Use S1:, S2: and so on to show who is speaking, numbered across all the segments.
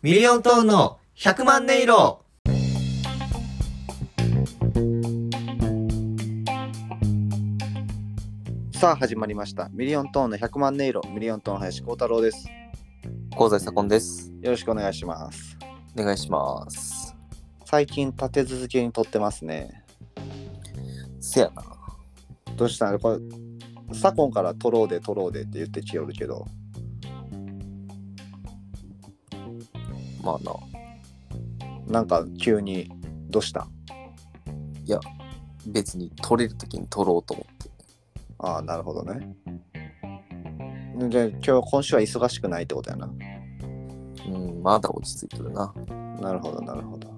S1: ミリオントーンの100万音色
S2: さあ始まりましたミリオントーンの100万音色ミリオントーン林光太郎です
S3: 香西左近です。
S2: よろしくお願いします
S3: お願いします。
S2: 最近立て続けに撮ってますね
S3: せやな。
S2: どうしたのこれ左近から撮ろうで撮ろうでって言ってきよるけど
S3: まあな。
S2: なんか急にどうしたん
S3: 別に取れるときに取ろうと思って。
S2: ああなるほどねじゃあ今日今週は忙しくないってことやな
S3: うん、まだ落ち着いてるな。
S2: なるほどなるほど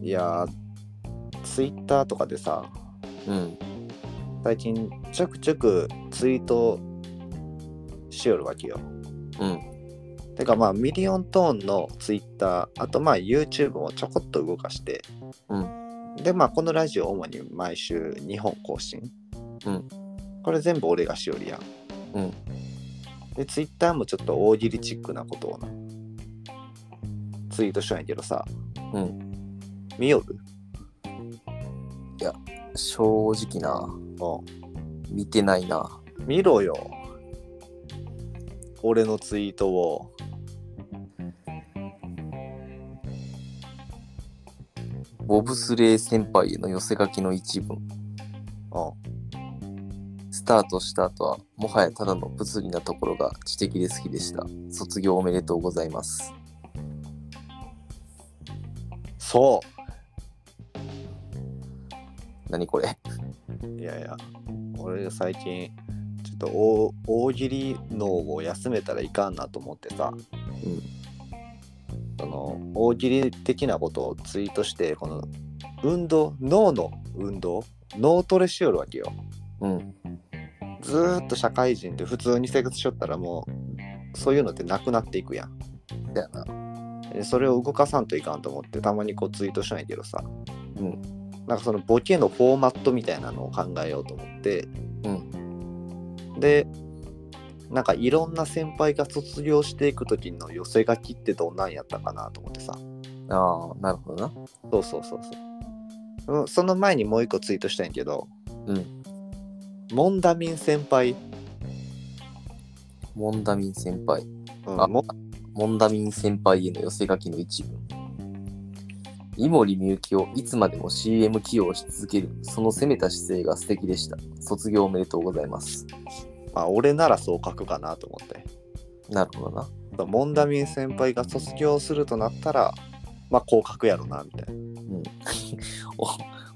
S2: いやツイッター Twitter とかでさ
S3: うん。
S2: 最近ちょくちょくツイートしよるわけよ
S3: うん。
S2: てかまあミリオントーンのツイッターあとまあ YouTube もちょこっと動かして、
S3: うん
S2: でまあこのラジオ主に毎週2本更新、
S3: うん
S2: これ全部俺がしよりやん、
S3: うん
S2: でツイッターもちょっと大喜利チックなことをなツイートしようんやけどさ、
S3: うん、
S2: 見よる
S3: 正直な。
S2: う
S3: 見てないな。
S2: ん見ろよ俺のツイートを
S3: ボブスレー先輩への寄せ書きの一文。
S2: う
S3: スタートした後は、もはやただの物理なところが知的で好きでした。卒業おめでとうございます。
S2: んそ
S3: 何これ
S2: ういやいや俺最近ちょっと大大喜利脳を休めたらいかんなと思ってさ
S3: うん。
S2: その大喜利的なことをツイートしてこの運動脳の運動脳トレしよるわけよ
S3: うん。
S2: ずーっと社会人で普通に生活しよったらもうそういうのってなくなっていくやん
S3: せやな。
S2: でそれを動かさんといかんと思ってたまにこうツイートしないけどさ、
S3: うん
S2: なんかそのボケのフォーマットみたいなのを考えようと思って、
S3: う
S2: でなんかいろんな先輩が卒業していく時の寄せ書きってどんなんやったかなと思ってさ
S3: ああ、なるほどな。
S2: そうそうそうそううん。その前にもう一個ツイートしたいんやけど、
S3: うん。
S2: モンダミン先輩、
S3: モンダミン先輩。
S2: うん
S3: あ
S2: も
S3: モンダミン先輩への寄せ書きの一文。井森美幸をいつまでも CM 起用し続ける、その攻めた姿勢が素敵でした。卒業おめでとうございます。
S2: まあ、俺ならそう書くかなと思って。
S3: なるほどな。
S2: モンダミン先輩が卒業するとなったら、まあ、こう書くやろな、みたいな。
S3: うん、 お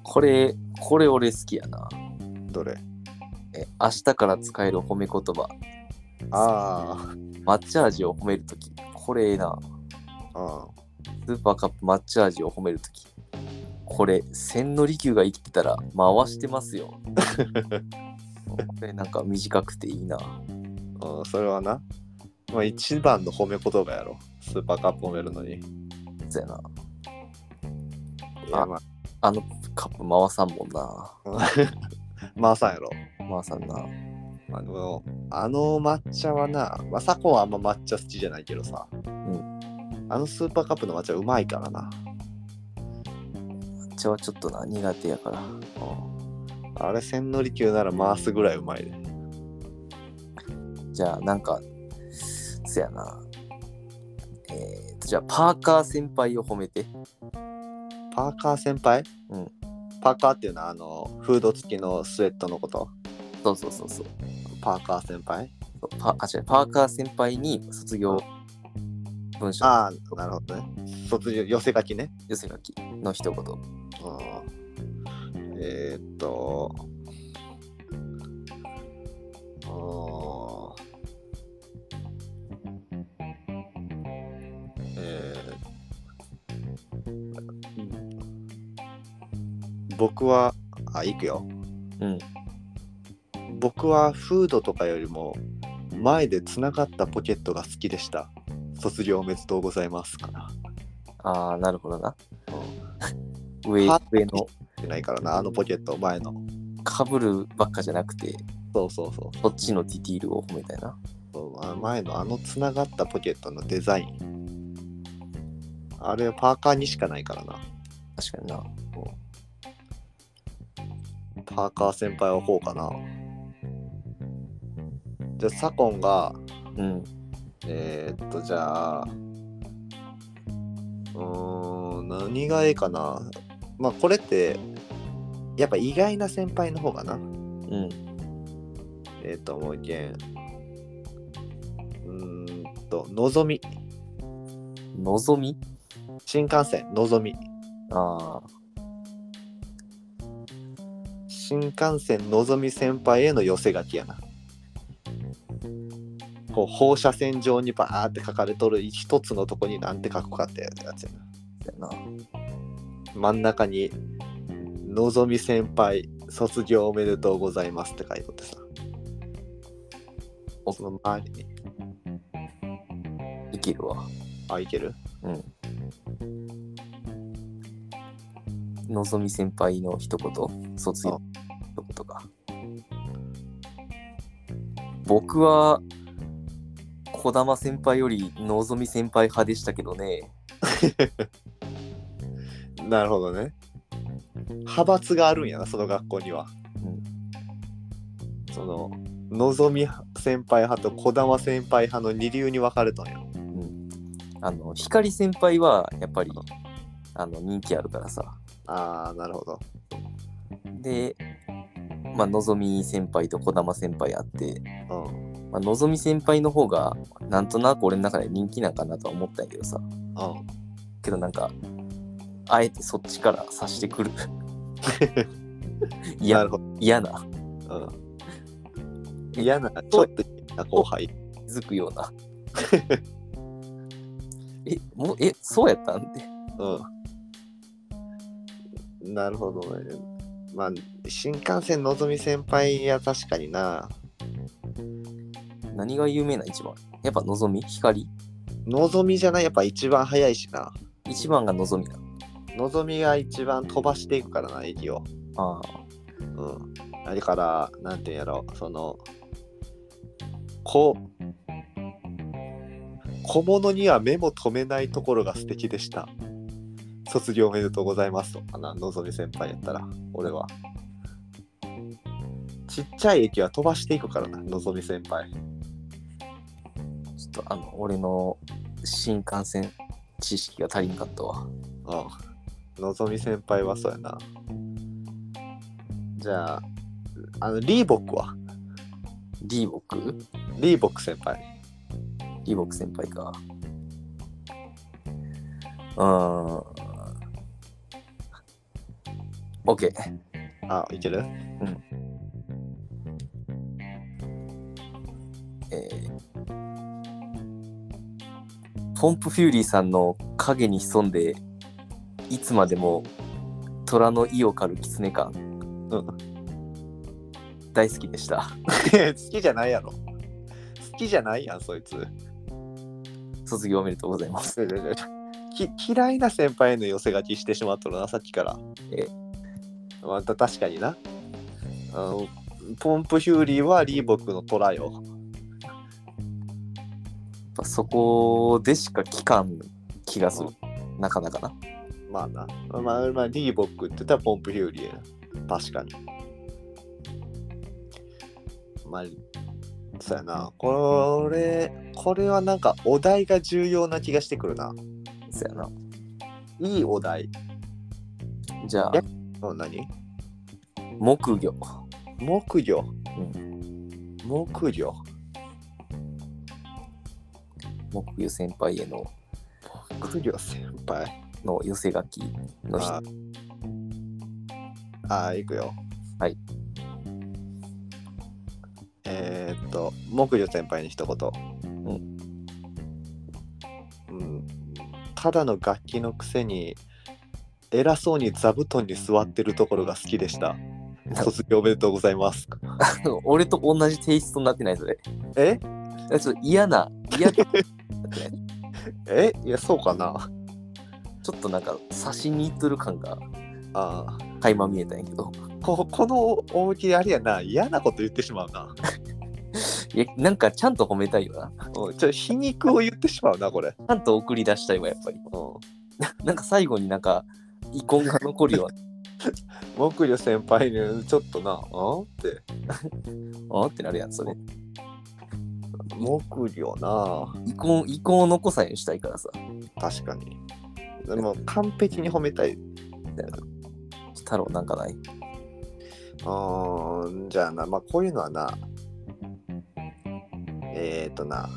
S3: これ、これ俺好きやな。
S2: どれ
S3: え明日から使える褒め言葉、
S2: あ
S3: 抹茶味を褒めるとき。これええな。
S2: あ、
S3: スーパーカップ抹茶味を褒めるとき。これ、千利休が生きてたら回してますよ。これなんか短くていいな。
S2: うん。うん、それはな。まあ、一番の褒め言葉やろ。スーパーカップ褒めるのに。
S3: そうやな。
S2: いや、ま
S3: あのカップ回さんもんな。
S2: あ、 まあ、さんやろ。
S3: 回さんな。
S2: あの、あの抹茶はな、まあ、サコはあんま抹茶好きじゃないけどさ、
S3: ん
S2: あのスーパーカップの抹茶うまいからな。
S3: 抹茶はちょっとな、苦手やから。
S2: あれ、千利休なら回すぐらいうまいで。
S3: じゃあ、なんか、そやな。えー、と、じゃあ、パーカー先輩を褒めて。
S2: パーカー先輩
S3: うん。
S2: パーカーっていうのは、あの、フード付きのスウェットのこと。
S3: そうそうそうそう。
S2: パーカー先輩
S3: そうパあ、違う、パーカー先輩に卒業文章、
S2: ああ、なるほどね。卒業、寄せ書きね。
S3: 寄せ書きの一言。
S2: うんえーっと、うんえー僕は、あ、いくよ。
S3: うん。
S2: 僕はフードとかよりも前でつながったポケットが好きでした。卒業おめでとうございますかな。
S3: ああ、なるほどな。
S2: うん
S3: 上、
S2: は
S3: 上の、
S2: してないからな、あのポケット、前の。
S3: かぶるばっかじゃなくて、
S2: そうそうそう。
S3: こっちのディティールを褒めたいな。
S2: そうあ前のあのつながったポケットのデザインあれはパーカーにしかないからな。
S3: 確かにな。
S2: パーカー先輩はこうかな。じゃあ、左近が、
S3: うん。
S2: えー、っと、じゃあ、うーん、何がええかな。まあ、これって、やっぱ意外な先輩の方がな。
S3: うん。
S2: ええと思うけん。うーんと、のぞみ。
S3: 望み
S2: 新幹線、のぞみ。
S3: ああ。
S2: 新幹線、のぞみ先輩への寄せ書きやな。こう放射線上にバーって書かれとる一つのとこになんて書くかってやつやな。
S3: だよな。
S2: 真ん中に、のぞみ先輩、卒業おめでとうございますって書いとってさ。
S3: お
S2: その周りに、
S3: いけるわ。
S2: あ、いける
S3: うん。のぞみ先輩の一言、卒業の一言か。僕は、児玉先輩よりのぞみ先輩派でしたけどね。
S2: なるほどね。派閥があるんやな、その学校には。
S3: うん
S2: その、のぞみ先輩派と児玉先輩派の二流に分かれたんや。
S3: あの、光先輩は、やっぱり、あの、人気あるからさ。
S2: ああ、なるほど。
S3: で、まあ、のぞみ先輩と児玉先輩あって、
S2: うん。
S3: まあのぞみ先輩の方がなんとなく俺の中で人気なんかなとは思ったんやけどさ
S2: うん。
S3: けどなんかあえてそっちから刺して くるい
S2: な
S3: や
S2: るほど。
S3: 嫌な
S2: うん。嫌な、ちょっと嫌な後輩。
S3: 気づくよ うなえもうえそうやったんって
S2: うん。なるほどね。まあ、新幹線のぞみ先輩は確かにな。
S3: 何が有名な一番やっぱのぞみ光
S2: のぞみじゃない、やっぱ一番早いしな。
S3: 一番がのぞみな
S2: のぞみが一番飛ばしていくからな、駅を。
S3: あ
S2: うん。だから、なんていうんやろ、その、こう、小物には目も留めないところが素敵でした。卒業おめでとうございますとかな、のぞみ先輩やったら、俺は。ちっちゃい駅は飛ばしていくからな、のぞみ先輩。
S3: あちょっとあの俺の新幹線知識が足りんかったわ
S2: うん。のぞみ先輩はそうやな。じゃあ、あの、リーボックは
S3: リーボック
S2: リーボック先輩。
S3: リボック先輩か。うーん。OK。
S2: あ、いける
S3: えーポンプフューリーさんの影に潜んで、いつまでも虎の意を狩る狐感。大好きでした。
S2: 好きじゃないやろ。好きじゃないやん、そいつ。
S3: 卒業おめでとうございます。
S2: き嫌いな先輩への寄せ書きしてしまっとるな、さっきから。
S3: え
S2: また確かにな。あのポンプヒューリーはリーボックの虎よ。
S3: やっぱそこでしか聞かん気がする。なかなかな。
S2: まあな。まあ、まあ、リーボックって言ったらポンプヒューリーやな。確かに。まあ、そうやな。これ、これはなんかお題が重要な気がしてくるな。
S3: そやな。
S2: いいお題。
S3: じゃあ
S2: え、うん、何
S3: 木魚。
S2: 木魚、
S3: う
S2: 木魚
S3: 木魚先輩への
S2: 木魚先輩
S3: の寄せ書きの
S2: あ
S3: 人
S2: あーいくよ
S3: はい
S2: えー、っと木魚先輩に一言
S3: う
S2: うん、ただの楽器のくせに偉そうに座布団に座ってるところが好きでした卒業おめでとうございます
S3: 俺と同じテイストになってないそれ。
S2: え
S3: ちょっと嫌な、嫌な、ち
S2: えいやそうかな
S3: ょっとなんか差しにいっとる感が
S2: あー
S3: 垣間見えたんやけど。
S2: ここの大喜利あれやな嫌なこと言ってしまうな
S3: いや、なんかちゃんと褒めたいよな。
S2: うんちょっと皮肉を言ってしまうなこれ
S3: ちゃんと送り出したいわ、やっぱり。
S2: う
S3: なんか 最後になんか遺恨が残るよ
S2: 木魚先輩にちょっとなあって
S3: うな あーってなるやんそれ
S2: 木魚な
S3: 遺恨遺恨を残さへんしたいからさ
S2: 確かにでも完璧に褒めたい
S3: 太郎なんかない
S2: あじゃあなまあこういうのはなえっ、ー、とな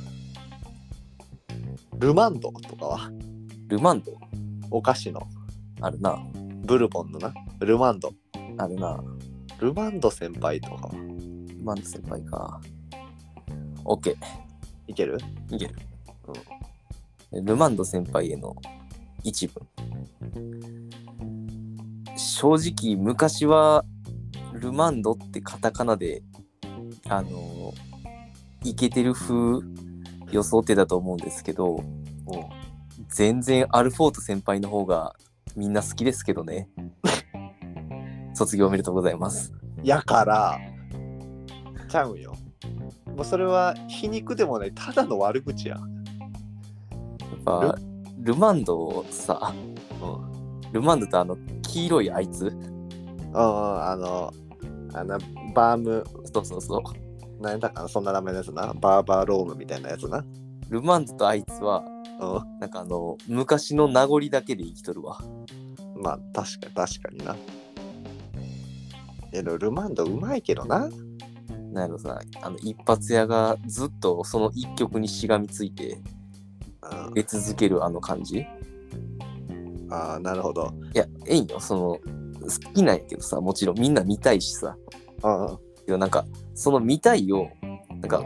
S2: ルマンドとかは
S3: ルマンド
S2: お菓子の
S3: あるな
S2: ブルボンのなルマンド
S3: あるな
S2: ルマンド先輩とかは
S3: ルマンド先輩かオッケ
S2: いける
S3: ーいける、うん、ルマンド先輩への一文正直昔はルマンドってカタカナであのイケてる風装ってたと思うんですけど、
S2: うん
S3: 全然アルフォート先輩の方がみんな好きですけどね。 卒業おめでとうございます。
S2: やからちゃうんよもうそれは皮肉でもないただの悪口やん
S3: やっぱルマンドさ、ルマンドとあの黄色いあいつ、
S2: うんあのあのバーム
S3: そうそうそう。
S2: なんだかなそんな名前のやつなバーバーロームみたいなやつな
S3: ルマンドとあいつは、
S2: う
S3: なんかあの、昔の名残だけで生きとるわ。
S2: んまあ確か確かになえどルマンドうまいけどな
S3: なんやろさ、あの、一発屋がずっとその一曲にしがみついて
S2: うん
S3: 出続けるあの感じ。い
S2: ああなるほど
S3: や、えいんよ、その、好きなんやけどさ、もちろんみんな見たいしさ。
S2: うんうん
S3: けどなんかその見たいをなんか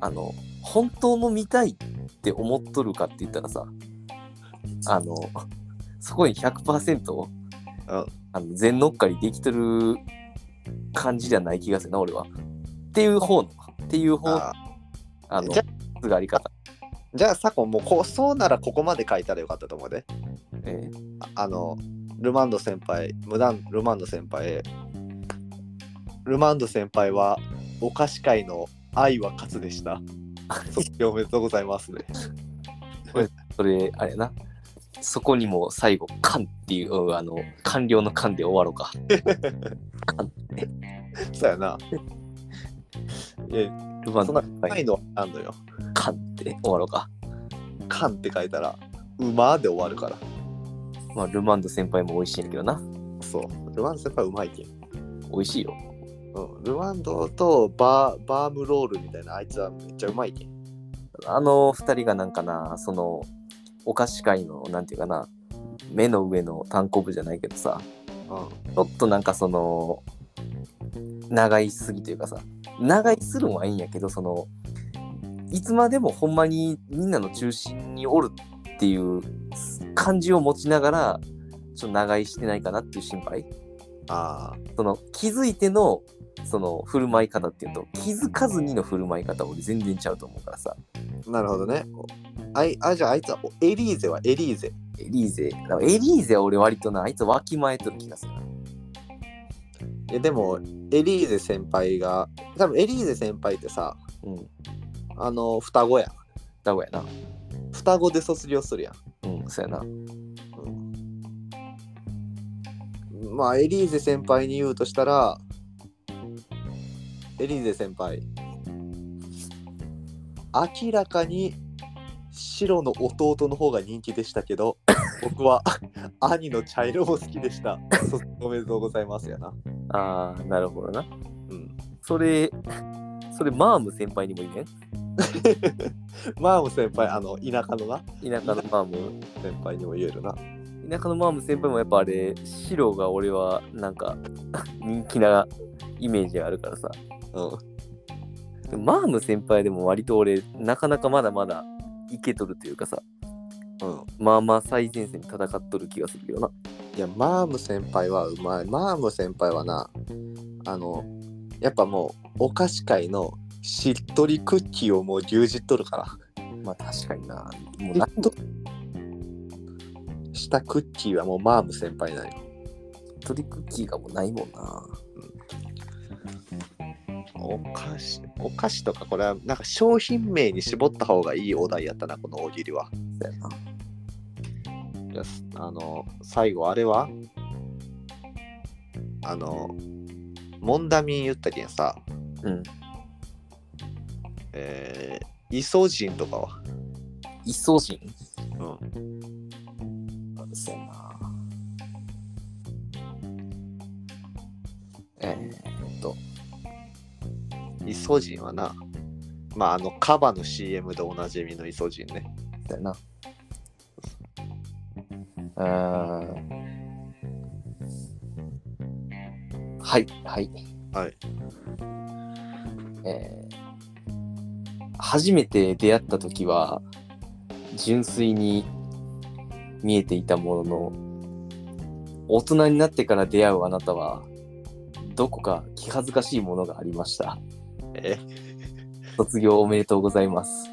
S3: あの本当の見たいって思っとるかって言ったらさあのそこに100%、
S2: ん
S3: あの全乗っかりできとる感じじゃない気がするな俺は。っていう方のっていう方の
S2: あ
S3: あの
S2: じゃ
S3: すがあり方。
S2: じゃあサコンもうこうそうならここまで書いたらよかったと思うで
S3: えー
S2: ああのルマンド先輩無断ルマンド先輩ルマンド先輩はお菓子界の愛は勝つでした卒業おめでとうございますね
S3: それあれやなそこにも最後「勘」っていううんあの官僚の勘で終わろ うか。
S2: そうやなえ
S3: ルマン
S2: そんな
S3: ド「
S2: 愛のなんのよ
S3: 勘」って終わろうか。
S2: 「かん」って書いたら「うま」で終わるから
S3: まあルマンド先輩も美味しいんやけどな。
S2: そうルマンド先輩うまいけん、
S3: 美味しいよ。
S2: うん、ルマンドとバーバームロールみたいなあいつはめっちゃうまいけん
S3: あの二人がなんかな、その、お菓子界の、なんていうかな、目の上の単行部じゃないけどさ、
S2: うん
S3: ちょっとなんかその、長いすぎというかさ、長いするんはいいんやけど、その、いつまでもほんまにみんなの中心におるっていう感じを持ちながら、ちょっと長居してないかなっていう心配。
S2: あ
S3: その気づいてのその振る舞い方っていうと気づかずにの振る舞い方俺全然ちゃうと思うからさ
S2: あなるほどねあいあじゃああいつはおエリーゼはエリーゼ
S3: エリーゼ。だからエリーゼは俺割とな、あいつわきまえとる気がするな。
S2: えでもエリーゼ先輩が多分エリーゼ先輩ってさ
S3: うん。
S2: あの双子やん
S3: だごやな。
S2: 双子で卒業するやん、
S3: うん、そうやな。
S2: うん、まあエリーゼ先輩に言うとしたらエリーゼ先輩明らかに白の弟の方が人気でしたけど僕は兄の茶色も好きでした卒業おめでとうございますやな
S3: ああ、なるほどな。
S2: うん
S3: それ、それマーム先輩にもいね。
S2: マーム先輩あの田舎のなん
S3: 田舎のマーム。
S2: 先輩にも言えるな
S3: 田舎のマーム先輩もやっぱあれ、白が俺はなんか人気なイメージがあるからさ。
S2: うん
S3: でもマーム先輩でも割と俺、なかなかまだまだいけとるというかさ、
S2: うん
S3: まあまあ最前線に戦っとる気がするけどな。
S2: いやマーム先輩はうまいマーム先輩はなあのやっぱもうお菓子界のしっとりクッキーをもう牛耳っとるから
S3: まあ確かにな。もう
S2: し
S3: なん
S2: っとしたクッキーはもうマーム先輩なんよ
S3: トリクッキーがもうないもんな。
S2: お菓子お菓子とかこれはなんか商品名に絞った方がいいお題やったなこの大喜利は
S3: そうやな。
S2: やすあの最後あれはあのモンダミン言ったけんさ
S3: うん。
S2: えー、イソジンとかは
S3: 一層心
S2: うん
S3: そうやな。えー、っと、
S2: イソジンはなまああのカバの CM でおなじみのイソジンね
S3: だよな。あーはい、はい。
S2: はい。
S3: えー初めて出会った時は、純粋に見えていたものの、大人になってから出会うあなたは、どこか気恥ずかしいものがありました。
S2: え
S3: 卒業おめでとうございます。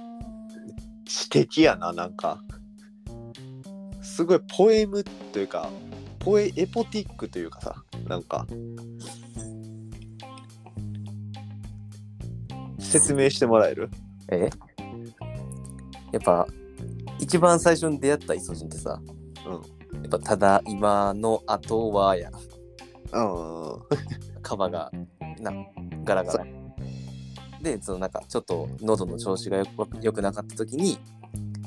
S2: 詩的やななんかすごいポエムというかポエエポティックというかさなんか説明してもらえる
S3: えやっぱ一番最初に出会ったイソジンってさ、うん、やっぱ「ただ今の後は」や
S2: うんうん
S3: カバがなガラガラでそのなんかちょっと喉の調子がよくよくなかった時に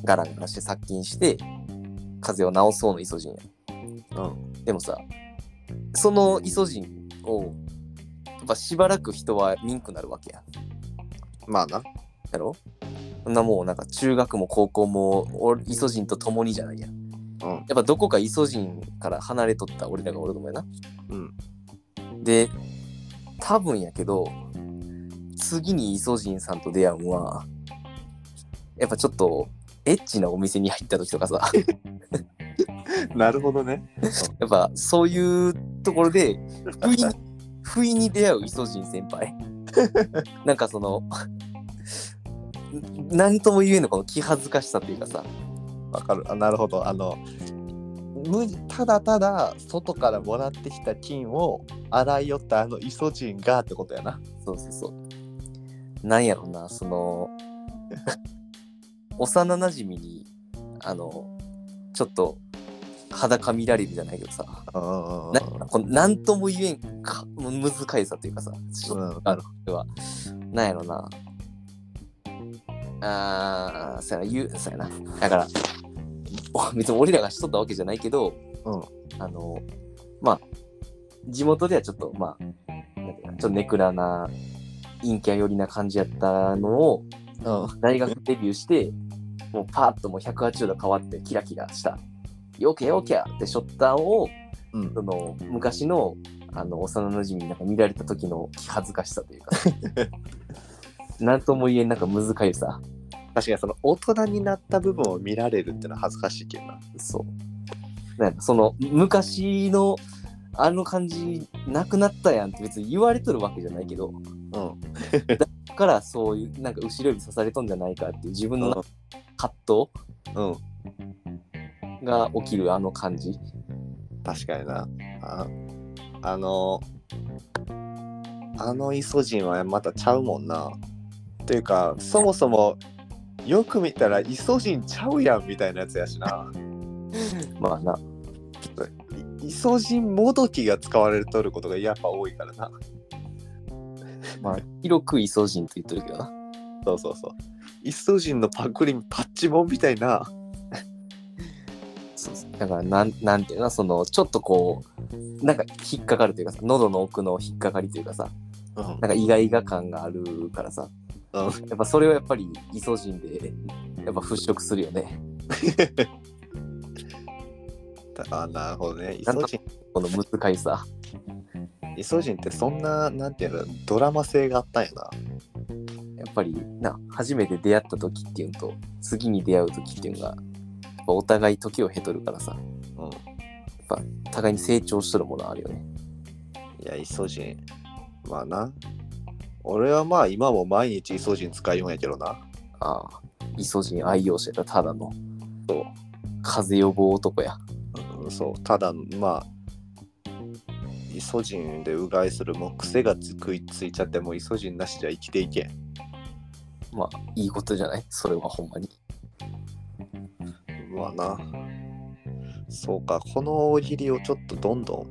S3: ガラガラして殺菌して風邪を治そうのイソジンや、うん、でもさそのイソジンをやっぱしばらく人はミンクなるわけや
S2: まあな
S3: やろそんなもうなんか中学も高校も俺イソジンと共にじゃないやん。
S2: うん
S3: やっぱどこかイソジンから離れとった俺らがおると思うよ
S2: うん
S3: な。で、多分やけど、次にイソジンさんと出会うんは、やっぱちょっとエッチなお店に入った時とかさ、
S2: なるほどね
S3: やっぱそういうところで、不意に、不意に出会うイソジン先輩。 なんかその、何とも言えぬこの気恥ずかしさというかさ、
S2: わかるあなるほどあの無ただただ外からもらってきた菌を洗いよったあのイソジンがってことやな
S3: そうそうそう。なんやろな、その、 幼なじみに、あの、ちょっと裸見られるじゃないけどさ、
S2: うんうんうん
S3: なこのなんとも言えんか、もう難しさというかさ、
S2: うん
S3: あの、は、なんやろな。あー、そうやな、言う、そうやな。だから、お別に俺らがしとったわけじゃないけど、
S2: う
S3: あの、まあ、地元ではちょっと、まあ、なんていうかなちょっとネクラな、陰キャ寄りな感じやったのを、
S2: うん
S3: 大学デビューして、もうパーッともう180度変わってキラキラした。よけよけやってショッターを、
S2: うん
S3: その昔のあの幼馴染になんか見られた時の気恥ずかしさというか なんとも言えんなんか難しいさ
S2: 確かにその大人になった部分を見られるっていうのは恥ずかしいけどな。
S3: そうなんかその昔のあの感じなくなったやんって別に言われとるわけじゃないけど
S2: うん。
S3: だからそういうなんか後ろ指刺されとんじゃないかっていう自分
S2: う
S3: の
S2: ん
S3: 中の葛
S2: うん。
S3: 藤が起きるあの感じ
S2: 確かにな。ああの、あのイソジンはまたちゃうもんな。というか、そもそも、よく見たらイソジンちゃうやんみたいなやつやしな。
S3: まあな
S2: イイソジンもどきが使われとることがやっぱ多いからな。
S3: まあ広くイソジンと言っとるけどな
S2: そうそうそう。イソジンのパクリンパッチモンみたいな。
S3: そうそうだからなんなんていうのそのちょっとこうなんか引っかかるというかさ喉の奥の引っかかりというかさ
S2: うん。
S3: なんか意外が感があるからさ、
S2: うん
S3: やっぱそれはやっぱりイソジンでやっぱ払拭するよね
S2: あ、なるほどね。イソジン
S3: この難しさ
S2: イソジンってそんな、なんていうの、ドラマ性があったんやな。
S3: やっぱりな初めて出会った時っていうのと次に出会う時っていうのがやっぱお互い時を経とるからさ
S2: うん。
S3: 互いに成長しとるものあるよね
S2: いや、イソジン。まあな。俺はまあ今も毎日イソジン使いようんやけどな。
S3: ああイソジン愛用者だただの風邪予防男や
S2: うん、そう。ただ、まあ、イソジンでうがいする、もう癖がつくいついちゃって、もうイソジンなしじゃ生きていけん。
S3: まあいいことじゃないそれはほんまに
S2: まあな。そうか、この大喜利をちょっとどんどん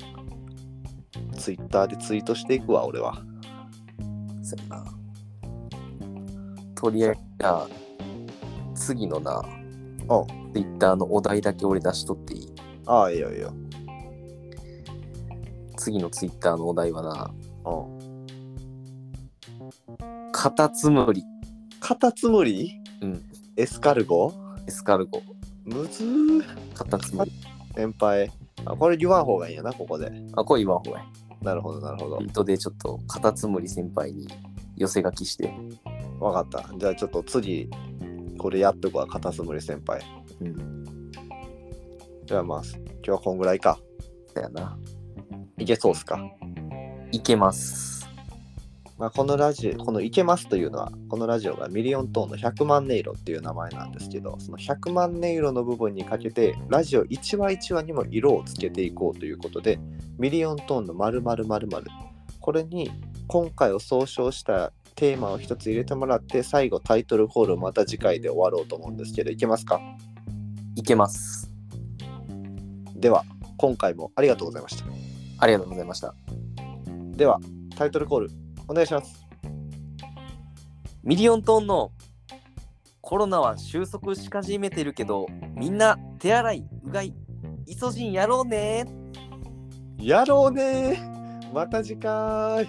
S2: ツイッターでツイートしていくわ、俺は。
S3: そうやな。とりあえず、じゃあ、次のな、
S2: お
S3: Twitter のお題だけ俺出しとっていい
S2: ああ、いいよいいよ。
S3: 次の Twitter のお題はな、
S2: うん。
S3: カタツムリ、
S2: カタツムリ
S3: うん。
S2: エスカルゴ
S3: エスカルゴ、
S2: むずー。
S3: カタツムリ。
S2: 先輩。あ、これ言わん方がいいんやな、ここで。
S3: あ、これ言わんほうがいい。
S2: なるほど、なるほど
S3: ツイ。ートでちょっとカタツムリ先輩に寄せ書きして。
S2: わかった。じゃあちょっと次、これやっとくわ、カタツムリ先輩。
S3: うん。
S2: じゃあまあ、今日はこんぐらいか。
S3: だよな。
S2: いけそうっすか。
S3: いけます。
S2: まあ、このラジオ、このいけますというのは、このラジオがミリオントーンの100万音色っていう名前なんですけど、その100万音色の部分にかけて、ラジオ1話1話にも色をつけていこうということで、ミリオントーンの〇〇〇〇これに今回を総称したテーマを一つ入れてもらって、最後タイトルコールをまた次回で終わろうと思うんですけど、いけますか
S3: いけます。
S2: では、今回もありがとうございました。
S3: ありがとうございました。
S2: では、タイトルコール、お願いします。
S3: ミリオントーンのコロナは収束し始めてるけど、みんな手洗い、うがい、イソジンやろうね
S2: やろうねーまた次回